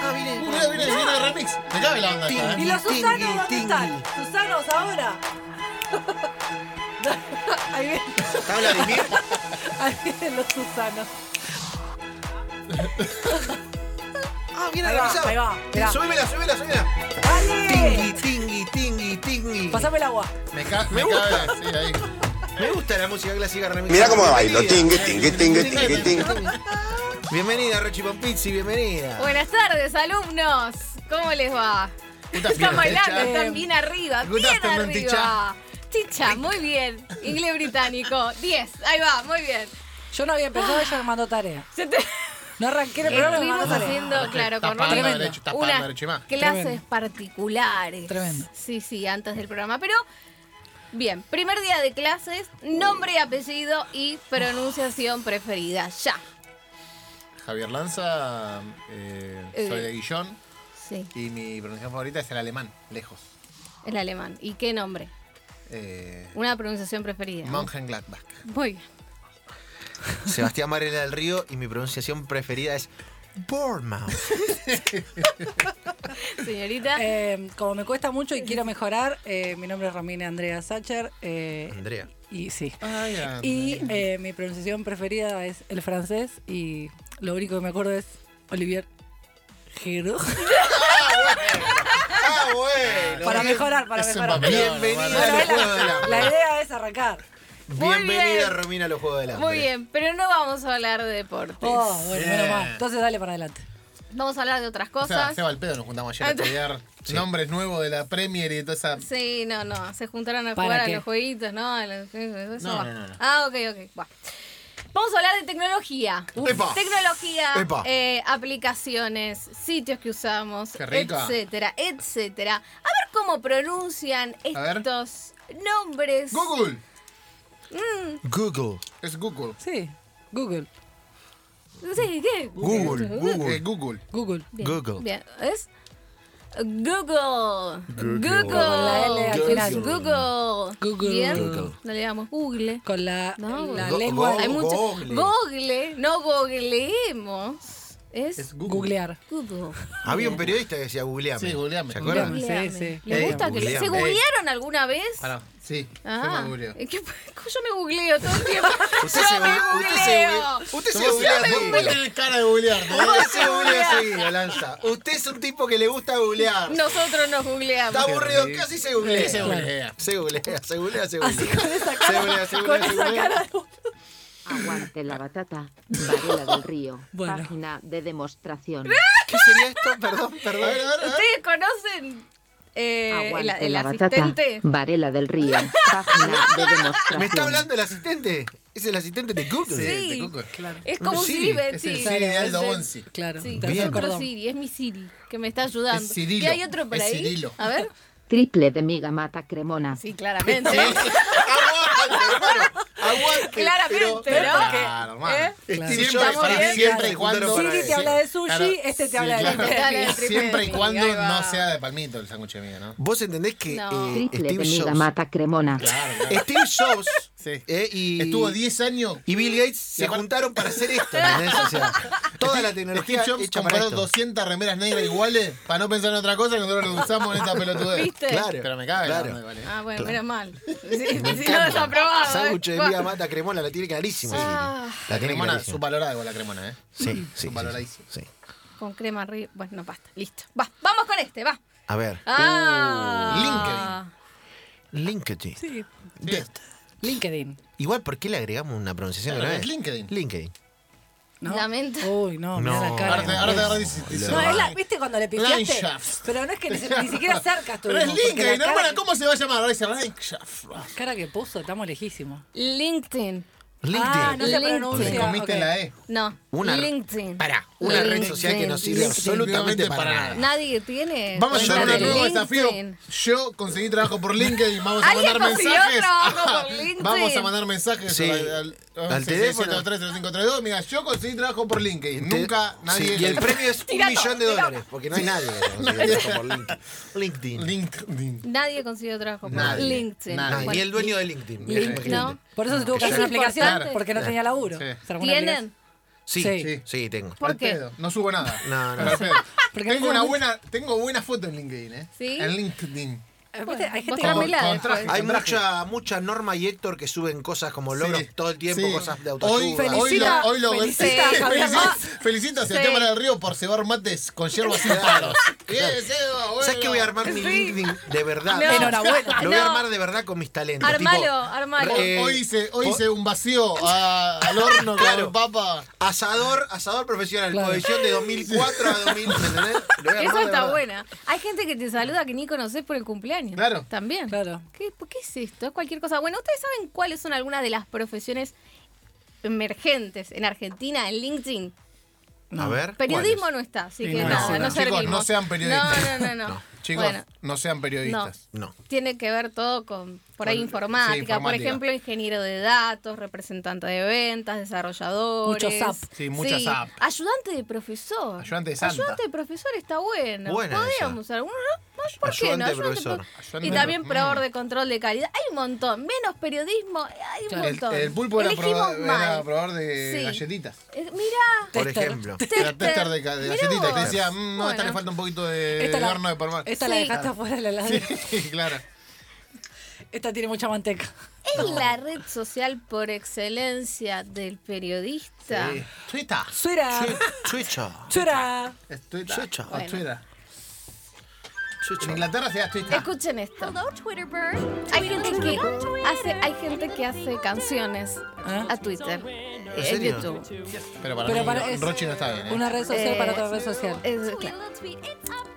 Ah, el mix. Me cabe la onda acá, ¿Y ¿eh? los Tingui, Susanos dónde tingui. están? Susanos ahora. Ahí ven, ¿Está Vladimir? ahí vienen los Susanos. Ah, viene Ahí la va, misa. ahí va. Eh, mirá. Subímela, subímela, subímela. Tingui, ¡Dale! tingui, tingui, tingui. Pasame el agua. Me, ca- Me me gusta. cabe, sí, ahí. Me gusta la música clásica remixada. Mirá cómo bailo. Bienvenida. Tingue, tingue, tingue, tingue, tingue. Bienvenida, Rechi Pompizzi, bienvenida. Buenas tardes, alumnos. ¿Cómo les va? Están bailando, Chicha. Eh, están bien arriba, Good bien afternoon, arriba. Chicha, muy bien. Inglés británico, 10. Ahí va, muy bien. Yo no había empezado, ella me mandó tarea. Se te- No arranqué el programa, me Estuvimos mandó tarea. haciendo, claro, con Tapando Tremendo. derecho, tapando unas derecho y más. clases Tremendo. particulares. Tremendo. Sí, sí, antes del programa. Pero, bien, primer día de clases, nombre, apellido y pronunciación preferida. Ya. Javier Lanza, eh, Eh. soy de Guillón Sí, y mi pronunciación favorita es el alemán, lejos. el alemán. ¿Y qué nombre? Eh, Una pronunciación preferida. Mönchengladbach. Muy bien. Sebastián Varela del Río y mi pronunciación preferida es Bournemouth. Señorita. Eh, como me cuesta mucho y quiero mejorar, eh, mi nombre es Romina Andrea Sacher. eh, Andrea. Y sí. Ay, anda. Y eh, mi pronunciación preferida es el francés y lo único que me acuerdo es Olivier Giro. Ah, bueno. para mejorar, para es un mejorar. papel. Bienvenida Bueno, Bueno, a es los Juegos del la, Hambre. la idea es arrancar. Muy Bienvenida, bien. Romina, a los Juegos del Hambre. Muy bien, pero no vamos a hablar de deportes. Oh, bueno, menos Bien. mal. Entonces dale para adelante. Vamos a hablar de otras O sea, cosas. Seba al pedo nos juntamos ayer a estudiar nombres nuevos de la Premier y toda esa. sí, no, no. Se juntaron a ¿Para jugar qué? a los jueguitos, ¿no? A los- eso No, va. no, no, no. Ah, ok, ok. va. Vamos a hablar de tecnología. Epa. Tecnología, Epa. eh, aplicaciones, sitios que usamos, Qué rico. etcétera, etcétera. A ver cómo pronuncian A ver. estos nombres. Google. Google. Es Google. Sí, Google, Sí, ¿qué? Google. Eh, Google. Google. Google. Bien, Google. Bien, es Google. Google. Con la L al final. Google. Google. Bien. Google. No le llamamos Google. Con la, No, la Go- lengua Google. Hay mucho. Google. Google. No googleemos. Es, Es Google. googlear. Google. Había un periodista que decía googleame. Sí, googleame. ¿Se acuerdan? Sí, Googleame. sí. ¿Les Ey, gusta que le- googleame. se googlearon alguna vez? Pará. Sí. Yo Ah, me googleo. es que yo me googleo todo el tiempo. Usted yo se me google- usted se googleo. google- Usted se Vos googlea vos seguido. tenés cara de googlear, ¿no? Usted se googlea seguido, Lanza. Usted es un tipo que le gusta googlear. Nosotros nos googleamos. Está aburrido, casi se googlea. Sí, se googlea. Se googlea, se googlea, se googlea. Se googlea, se Con googlea, se esa googlea. cara. Aguante la batata. Varela del Río. Bueno. Página de demostración. ¿Qué sería esto? Perdón, perdón. ¿Ustedes conocen Ah, eh, el, Aguante el la batata. asistente? Varela del Río. Página de demostración. ¿Me está hablando el asistente? Es el asistente de Google. Sí. de Google. Claro. Es como un Sí, Siri, es el sí. Siri de Aldo Es el- Bonzi. Claro, Sí, tercer es otro cordón. Siri, es mi Siri que me está ayudando. Es Cirilo, ¿Y hay otro por es ahí? Cirilo. A ver. Triple de miga mata cremona. Sí, claramente. Aguante, hermano. Aguante. claramente, pero- ¿no? Claro, hermano. Claro. Siempre, Estamos para bien. siempre y Claro. cuando. Siri ¿eh? te habla de sushi, este te habla de claro. triple de miga. Siempre y cuando Ahí va. no sea de palmito el sándwich de miga, ¿no? Vos entendés que No. eh, Triple Steve de miga Jobs. mata cremona. Claro, claro. Steve Jobs Sí. eh, y, Estuvo 10 años. y Bill Gates se aparte- juntaron para hacer esto. ¿entendés? O sea, toda la tecnología Steve Jobs hecha para compró esto. 200 remeras negras iguales para no pensar en otra cosa que nosotros lo usamos en esta pelotudez. ¿Viste? Claro. Pero me caga. ¿eh? Claro. Ah, bueno, menos mal. Sí, Me si no encanta. desaprobado. ¿eh? Sándwich de miga Buah. mata cremola, la tiene clarísima. Ah. Siri. La cremona, clarísima. subvalorada igual la cremona, ¿eh? Sí, sí, sí, subvaloradísima. sí. Con crema arriba. Bueno, no basta. Listo. Va, vamos con este, va. A ver, Ah. LinkedIn. Sí, Sí. LinkedIn. Igual, ¿por qué le agregamos una pronunciación Claro, al revés? es LinkedIn. LinkedIn. ¿no? Lamento. Uy, no, No. mirá la cara. Ahora te- ahora te ahora dices- dices- No, es la, ¿viste cuando le pifiaste? Landschaft. Pero no es que ni, se- ni siquiera cerca Pero estuvimos. es porque LinkedIn, la cara hermana, que- ¿cómo se va a llamar? Ahora dice Rankshaft. Cara que puso, estamos lejísimos. LinkedIn. LinkedIn. Ah, no se LinkedIn. pronuncia. Le comiste ok. la E. No. Una- LinkedIn. Pará, una red LinkedIn. social que no sirve LinkedIn. absolutamente para, Para nada. nada. Nadie tiene. Vamos a llevar cuenta un de nuevo desafío. LinkedIn. Yo conseguí trabajo por LinkedIn. Vamos a ¿Alguien mandar consiguió mensajes. trabajo por Ah, LinkedIn? Vamos a mandar mensajes Sí. al, al, Al 11 teléfono. 673 0532. Mira, yo conseguí trabajo por LinkedIn. Te- Nunca nadie. Sí, Y el premio es un Tira todo, millón de tira. dólares, porque no hay nadie. que consiga trabajo por LinkedIn. LinkedIn. LinkedIn. Nadie consiguió trabajo por Nadie. LinkedIn. Nadie, Bueno, Ni el dueño de LinkedIn. Link- imagínate. no. Por eso se tuvo que Es hacer una aplicación, importante. porque no tenía laburo. Sí. Se armó una ¿Tienen? Sí, Sí. sí, tengo. ¿Por Al qué? pedo, No subo nada. No, no. Pero al pedo. Porque a mí me tengo, una gusta- buena, tengo buena foto en LinkedIn, ¿eh? ¿Sí? En LinkedIn. Eh, viste, Hay gente Con- que- Mostrámela con después. traje. Hay con traje. mucha, mucha Norma y Héctor que suben cosas como logros Sí, todo el tiempo, sí. cosas de Hoy, autoayuda. hoy lo, Felicita- hoy lo felicita a Javier felicita, Mas. felicita a Sí. Santiago del Río por cebar mates con hierbas y palos. Bien, Seba, bueno. ¿Sabes qué voy a armar mi LinkedIn de verdad? No. Enhorabuena. Lo voy a No. armar de verdad con mis talentos. Armalo, tipo, armalo. Hoy- eh, hoy hice, hoy hice un vacío a- al horno Claro. con papa. Asador, asador profesional, Claro. posición de 2004 a 2000, ¿me entendés? Lo voy a armar Eso de está verdad. buena. Hay gente que te saluda que ni conoces por el cumpleaños. Claro. También. Claro. ¿Qué, por qué es esto? Es cualquier cosa. Bueno, ¿ustedes saben cuáles son algunas de las profesiones emergentes en Argentina, en LinkedIn? A ver. Periodismo ¿cuáles? no está, así Sí, que no, no, no, no, no. Chicos, servimos. no sean periodistas. No, no, no. no. Chicos, Bueno, no sean periodistas. No. tiene que ver todo con, por ahí, Con- eh, sí, informática. Por informática. ejemplo, ingeniero de datos, representante de ventas, desarrolladores. Mucho zap. Sí, mucha zap. Ayudante de profesor. Ayudante de santa. Ayudante de profesor está bueno. Buena Podríamos usar uno, ¿no? ¿Por Ayudante qué no? de de profesor. pro- Ayudante y de- también mm. probador de control de calidad. Hay un montón. Menos periodismo, hay un Claro. El, montón. el pulpo era, Elegimos proba- era mal. probador de Sí. galletitas. Eh, mirá. Por Tester. ejemplo. Era tester de, ga- de Mirá galletitas. Y te vos. decía, "Mm, no, a esta Bueno. le falta un poquito de, Esta eh, de la- horno de parmal. Esta la Sí. dejaste afuera de la heladera. Sí, claro. Esta tiene mucha manteca. Es la red social por excelencia del periodista. Sí. Chuita. Suera. Chucha. Suera. Es Twitter. Chucha. O Bueno. Twitter. oh, En Chucha. Inglaterra se da Twitter. Escuchen esto. Hay gente que hace, hay gente que hace canciones Ah. a Twitter, en serio? YouTube. Pero para Pero mí, para- es- Rochi no está bien. ¿eh? Una red social Eh, para otra red social. Es- claro.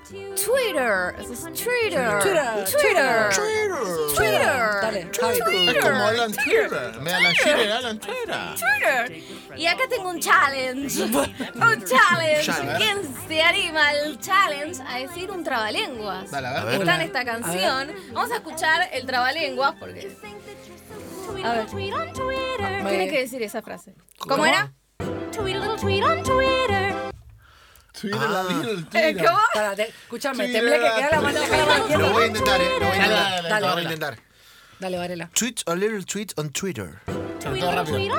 Twitter, eso es Twitter, Twitter. Twitter, Dale, Twitter, Javi. Es como Alan Twitter. Me Alan Shearer, Alan Twitter. Twitter. Y acá tengo un challenge, un challenge. Challenge. ¿Quién se anima al challenge a decir un trabalenguas? Dale, A a ver. ver. Está en esta canción. Vamos a escuchar el trabalenguas porque a ver. Muy Tiene bien. que decir esa frase. ¿Cómo? ¿Cómo, era? Twitter, la Ah. Little Eh, Twitter. ¿Cómo? Pará, te- escuchame, Sí, te que era- queda la mano acá, la mano Lo voy a izquierda. intentar, eh. Lo voy a Dale, intentar. dale, Lo voy a dale. intentar. Dale, Varela. Tweets a little tweet on Twitter. Pero todo rápido.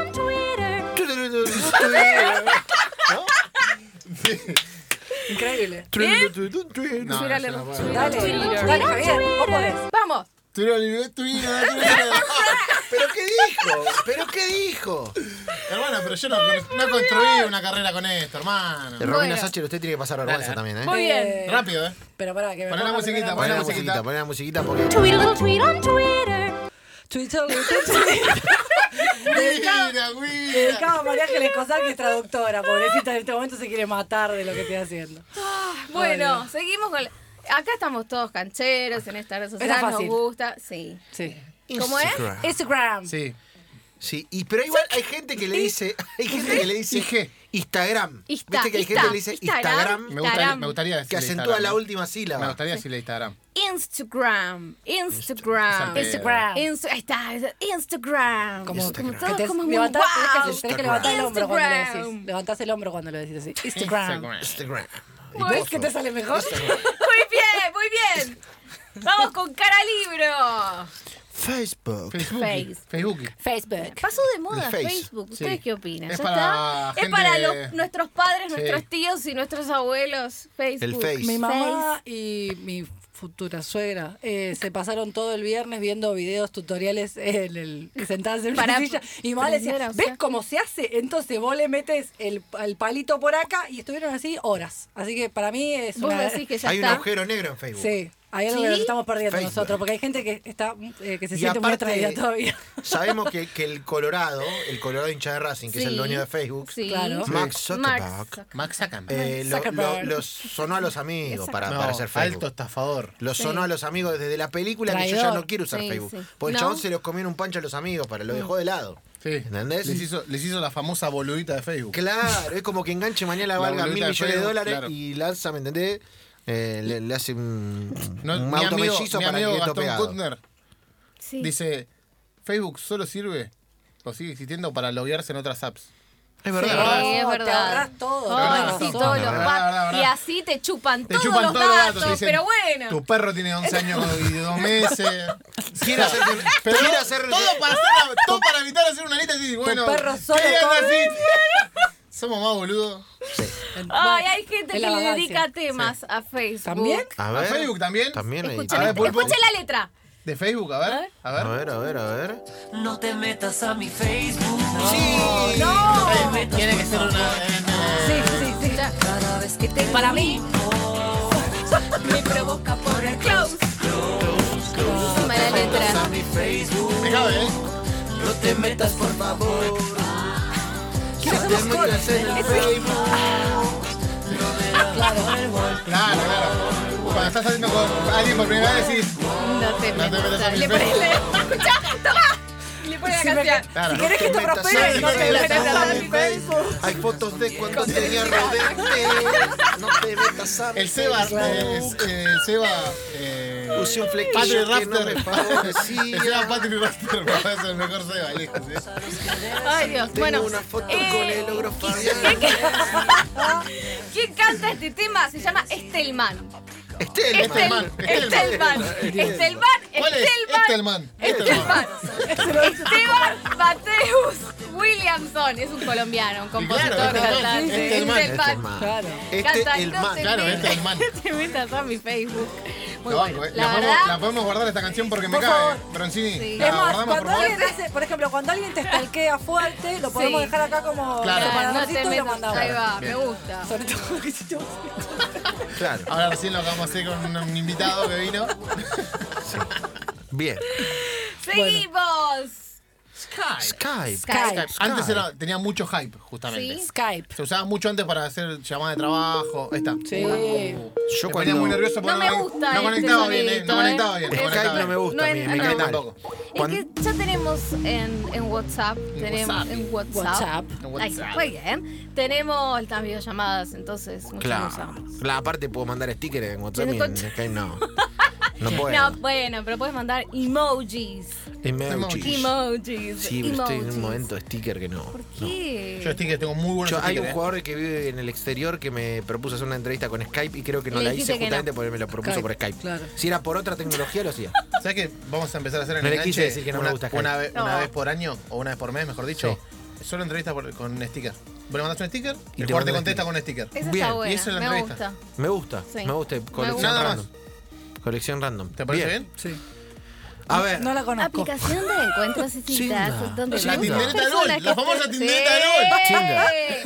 Increíble. No, Mira, yo le- no puedo. Dale, dale, Javier, vos podés. Vamos. Twitter, Little Twitter, Twitter. ¿Pero qué dijo? ¿Pero qué dijo? Hermano, pero yo no, no construí una carrera con esto, hermano. Romina Sácher, usted tiene que pasar vergüenza también, ¿eh? Muy bien. Eh, Rápido, ¿eh? Pero pará, que me Poné la ponga musiquita, primero. poné Poné la la musiquita, musiquita. poné la musiquita porque. Twitter, Twitter. dedicado, Mira, mira. dedicado a María Ángeles Cosá, que es traductora. Pobrecita, en este momento se quiere matar de lo que estoy haciendo. Bueno, seguimos con. la- Acá estamos todos cancheros en esta red social. Era Nos fácil. gusta. Sí. Sí. ¿Cómo es? Instagram. Instagram. Sí. Sí, y, pero igual hay gente que le dice. Hay gente que le dice. Ig. Instagram. Insta, Viste que hay gente Insta, que le dice Instagram. Instagram. Me gustaría, Instagram. me gustaría Que decirle acentúa Instagram, la ¿eh? última Me sílaba. gustaría decirle Instagram. Instagram. Instagram. Instagram. Inst- ahí está, ahí está, Eh, Instagram. Como, Instagram. que Todo te como muy levantás, tenés que- guau. tenés que, levantar el hombro cuando lo Instagram. decís. Levantás el hombro cuando lo decís así. Instagram. Instagram. ¿Ves que te sale mejor? Muy bien, muy bien. Vamos con cara libro. Facebook. Facebook. Face. Facebook. Facebook. Pasó de moda El Face. Facebook. ¿Ustedes Sí. qué opinan? Es ¿Ya para está? Es gente- para los- nuestros padres, Sí. nuestros tíos y nuestros abuelos. Facebook. El Face. Mi mamá y mi futura suegra eh, se pasaron todo el viernes viendo videos tutoriales eh, en el, sentadas en una Para silla. Y mi mamá le aprender a decía, usar". ¿ves cómo se hace? Entonces vos le metes el, el palito por acá y estuvieron así horas. Así que para mí es Vos una... decís que ya Hay un está. agujero negro en Facebook. Sí, hay algo que ¿Sí? nos estamos perdiendo Facebook. nosotros, porque hay gente que está eh, que se Y siente muy aparte- atraída todavía. Sabemos que, que el Colorado, el Colorado hincha de Racing, que es el Sí. dueño de Facebook, Sí. Claro. Max Zuckerberg, Max. Max Zuckerberg. eh, lo- Zuckerberg. lo- los sonó a los amigos para, No, para hacer Facebook. alto estafador. Los sonó a los amigos desde la película que yo ya Traidor. no quiero usar Sí, Facebook. sí. Porque el No. chabón se los comió en un pancho a los amigos, para lo Mm. dejó de lado. Sí. ¿Entendés? Les hizo, les hizo la famosa boludita de Facebook. Claro, es como que enganche mañana La valga boludita mil de millones de Facebook, dólares claro. y lanza, ¿me entendés? Eh, le, le hace un, No, un mi auto amigo, mellizo mi para que amigo le Gastón pegado. Kutner Sí. dice, Facebook solo sirve o sigue existiendo para loguearse en otras apps. Es Sí, verdad. es No, te verdad. ahorrás todo, Ay, te ahorrás sí, todo. todos La los verdad, pat- la verdad. Y así te chupan Te todos chupan los todos los datos, datos, te dicen, pero bueno. Tu perro tiene 11 años y 2 meses. Quiere hacer- Pero quiere no, hacer- todo, para hacer- todo para evitar hacer una lista y decir, bueno, perro solo ¿qué anda come. así? Somos más boludos. Ay, hay gente que Es la le vagancia. dedica temas a Facebook. ¿También? A ¿A ver. Facebook también? También hay- Escucha, A la- ver, Pulpo. escucha la letra. De Facebook, a ver. A A ver. ver, a ver, a ver. No te metas a mi Facebook. Sí. No. Tiene que ser una. en, eh, Sí, sí, sí. Cada vez que te Para mí. me provoca poner Close. Close. Mala letra. Me cabe, ¿eh? No te metas, por favor. Claro, claro. Cuando estás saliendo con alguien por primera vez, decís. No te No te metas a metas. mi Le pones Facebook. la. Escucha, toma. Le pones la canción. Claro. Si querés que esto No te metas prospere, ahí, no te no te metas metas a ahí. mi Facebook. Hay fotos de cuando tenía rodete. No te metas a mi El Seba, eh, Facebook. es- eh, el Seba. Eh, Usé un Patrick flequillo que no me Rafter. el Seba favorecía. Patrick Rafter, pero es el mejor Seba, lejos. ¿eh? Ay, Dios. Tengo Bueno. una foto con eh, el ogro ¿quién, Fabián. ¿Quién canta este tema? Se llama Estelman. Este Estelman. Estelman. Estelman. Estelman. Estelman. ¿Cuál es? Este Estelman. Estelman. este Esteban, Esteban Mateus Williamson es un colombiano, un compositor, Claro, Esteban, cantante. Esteban. Claro. Canta, Este el man. entonces- Claro, Estelman. Te metas a mi Facebook. Muy Lo bueno. banco, ¿eh? La la, podemos, verdad, la podemos guardar esta canción porque me Por cabe. favor. Broncini, Sí. la Es más, guardamos por cuando favor. alguien hace, por ejemplo, cuando alguien te stalkea fuerte, lo podemos Sí. dejar acá como Claro. ah, no separadorcito te y lo metas. mandamos. Ahí va, me Bien. gusta. Sobre todo que si te vas a- Claro. Ahora recién lo acabamos de hacer con un, un invitado que vino. Bien. Seguimos. Skype. Skype. Antes era, tenía mucho hype, justamente. Sí. Skype. Se usaba mucho antes para hacer llamadas de trabajo. Ahí está. Sí. Yo me cuando- ponía muy nervioso porque No me gusta No este conectaba bien, eh, sonidito, no conectaba eh. bien. El no Skype conectaba no me bien. gusta, No a mí, en- me no. cae Skype mal. tampoco. Es que ya tenemos en, en WhatsApp, tenemos WhatsApp. en WhatsApp, WhatsApp. En Ay, WhatsApp. muy bien. Tenemos las videollamadas, entonces mucho no Claro. usamos. La aparte puedo mandar stickers en WhatsApp y en Entonces- Skype no. No puedo. No, bueno, pero puedes mandar emojis. Emojis. Emojis. Sí, pero estoy en un momento sticker que no. ¿Por qué? Yo stickers tengo muy buenos Yo, hay un stickers, eh. jugador que vive en el exterior que me propuso hacer una entrevista con Skype y creo que no Le la dijiste hice que justamente no. porque me lo propuso Skype, por Skype. claro. Si era por otra tecnología, lo hacía. eh. ¿Sabes qué? Vamos a empezar a hacer en No le el quise enganche decir que no me una, gusta Skype. una, vez, una No. vez por año o una vez por mes, mejor dicho. Solo entrevistas por- con sticker. Vos le mandás un sticker Y y te el manda jugador te un contesta con sticker. Esa Bien, está y buena. eso en la me entrevista. gusta. Me gusta, Sí. me gusta. Colección gusta. Nada random. Colección random. ¿Te parece bien? Sí. A ver, No la conozco. Aplicación de encuentros y Sí, no. citas. Donde La dos tindereta de personas gol, que la famosa estén- tindereta de Sí.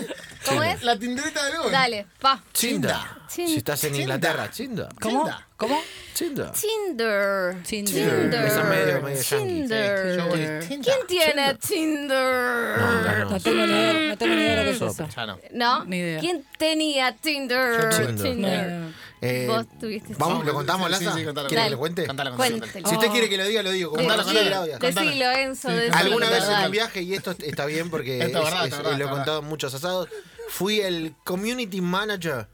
gol. ¿Cómo Tinder. es? La tindereta de gol. Dale, va. Chinda. Chin- Si estás en Chinda. Inglaterra, Chinda. ¿Cómo? Chinda. ¿Cómo? Chinda. Tinder. Tinder. Eso es medio, medio yankee. Sí, yo voy a Tinder. Tinder. ¿Quién tiene Tinder? No, ya no. No tengo ni idea, no tengo ni idea de lo que es eso. Ya no. ¿No? Ni idea. ¿Quién tenía Tinder? Yo Tinder. No, no. Eh, Vos tuviste Vamos, ¿lo contamos, Sí, sí, Laza? sí, contalo, ¿Quieres que contalo. lo cuente? Cantala, Cuéntelo. Si usted quiere que lo diga, lo digo. Como Contala, lo contala, quiere, Claudia, contala. Decilo, Enzo. Sí, decilo, Alguna la vez en verdad. un viaje, y esto está bien porque Esto es verdad, es- esto es es- verdad, lo he esto es contado en muchos asados, fui el community manager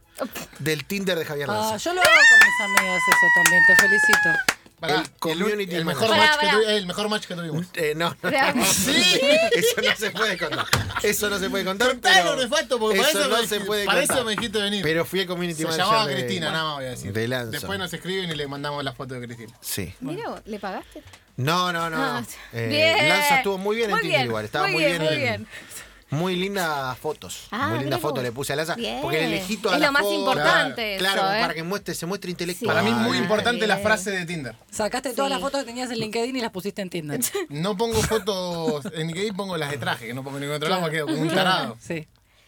del Tinder de Javier Ah, Lanza. yo lo hago con mis amigas eso también, te felicito. Pará, El community el, el manager. mejor Pará, match que pará. tuvi- el mejor match que tuvimos. Eh, no, no, Real- Sí. eso no se puede contar. Eso no se puede contar. Contalo, pero nefasto, porque para eso no me- se puede para contar. eso me dijiste venir. Pero fui el community Se manager. llamaba de- Cristina, nada más voy a decir. De Lanza. Después nos escriben y le mandamos la foto de Cristina. Sí. Mira, vos, ¿le pagaste? No, no, no. Ah, no. Eh, bien. Lanza estuvo muy bien en Muy Tinder bien, igual. Estaba muy muy bien, bien. muy en- bien. Muy lindas fotos. Ah, muy mirá lindas fotos vos. le puse a Lanza. Bien. Porque le elegí toda Es la lo más foto. importante Claro, eso, como ¿eh? para que muestre, se muestre intelectual. Para mí es muy Ah, importante bien. la frase de Tinder. Sacaste todas Sí. las fotos que tenías en LinkedIn y las pusiste en Tinder. No pongo fotos en LinkedIn, pongo las de traje, que no pongo en ningún otro lado, me quedo como un tarado. Sí.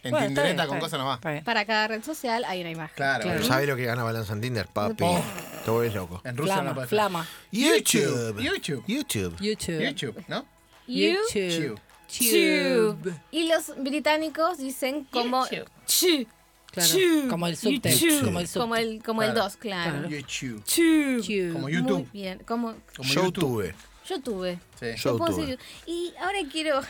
En Bueno, está Tindereta bien, con está cosas bien, nomás. está bien. Para cada red social hay una imagen. Claro. Claro. ¿Sabes lo que ganaba Lanza en Tinder? Papi, te vuelves loco. En Rusia no Flama, puede ser. flama. YouTube. YouTube. YouTube. YouTube. YouTube, ¿no? YouTube. YouTube. Y los británicos dicen como chu, Claro, Tube. como el subte. YouTube. Como el subte. como el como el Claro. 2, claro. Claro. YouTube. Chu. Tube. Como Muy YouTube. bien, como Como Yo tuve. yo tuve. Sí. Yo Yo puedo tuve. seguir. Y ahora quiero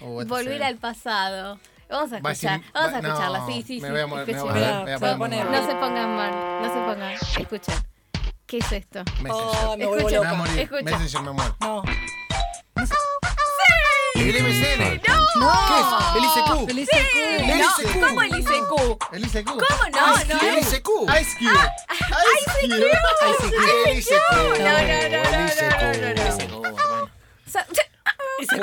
Oh, what the volver hell. al pasado. Vamos a Va a decir- escuchar, vamos a va- no, escucharla. sí, sí, me sí. voy a mo- me voy a escuchen. poner- Mirá, me voy a se va a poner poner. No se pongan mal, no se pongan. Escuchen. ¿Qué es Oh, esto? Messenger. me vuelvo Escucha. Me va a loca. morir. Escucha. Messenger me muero. No. El MSN. No. El ICQ. El ICQ. Sí, ICQ. No, ¿Cómo el ICQ? ¿Cómo El ICQ. no? No, El ICQ. es- Ice Cube. Ice Cube. El ICQ. no, no, no, no, no, no, no, no. El ICQ. Oh, hermano. Sa- ICQ.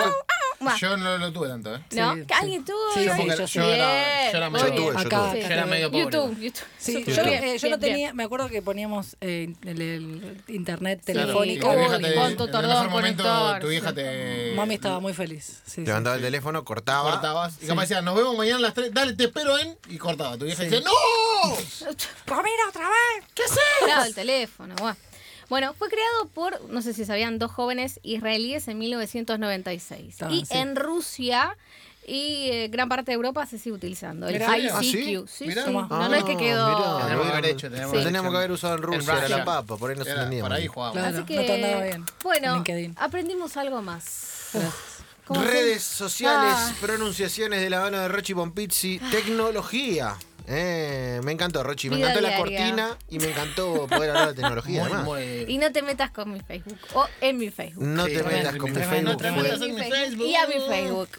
Bah, Yo no lo tuve tanto, ¿eh? ¿No? Sí, ¿Que sí. ¿Alguien tuvo? Sí, Yo, sí, porque- yo sí. yo era, Bien. yo era Yo medio tuve, yo Acá, tuve. Yo era medio pobre. YouTube, YouTube. Sí, YouTube. yo, Bien, eh, yo no bien, bien. tenía, me acuerdo que poníamos eh, el, el internet Claro, telefónico. Tu Uy, vieja te- cuánto en el tardó mejor en momento conectarse. tu vieja te... Mami estaba muy feliz. Sí, sí. Levantaba el teléfono, cortaba. Cortabas. Y capaz decía, nos vemos mañana a las 3. Dale, te espero en. Y cortaba. Tu vieja Sí. decía, ¡No! Claro, el teléfono. guau. Bueno, fue creado por, no sé si sabían, dos jóvenes israelíes en 1996. Ah, y sí. en Rusia y eh, gran parte de Europa se sigue utilizando. El Mirá. ICQ. Ah, ¿sí? Sí, sí. Mirá. No, Ah, no es que quedó. mirá. Tenemos que haber hecho, tenemos Lo que haber teníamos hecho. que haber usado en Rusia, era la papa, por ahí nos Era- entendíamos. Por ahí jugábamos. Claro. Así que, no te andaba bien. bueno, LinkedIn. aprendimos algo más. ¿Cómo Redes se- sociales, Ah. pronunciaciones de la Habana de Rochi Pompizzi, tecnología. Eh, me encantó, Rochi. Me Vida encantó la diaria. cortina y me encantó poder hablar de tecnología. Muy, además. muy. Y no te metas con mi Facebook o en mi Facebook. No Sí, te metas con mi Facebook. tremendo, No te fue- metas en mi Facebook. Y a mi Facebook.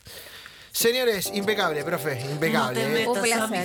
Señores, impecable, profe, impecable. eh. Un placer,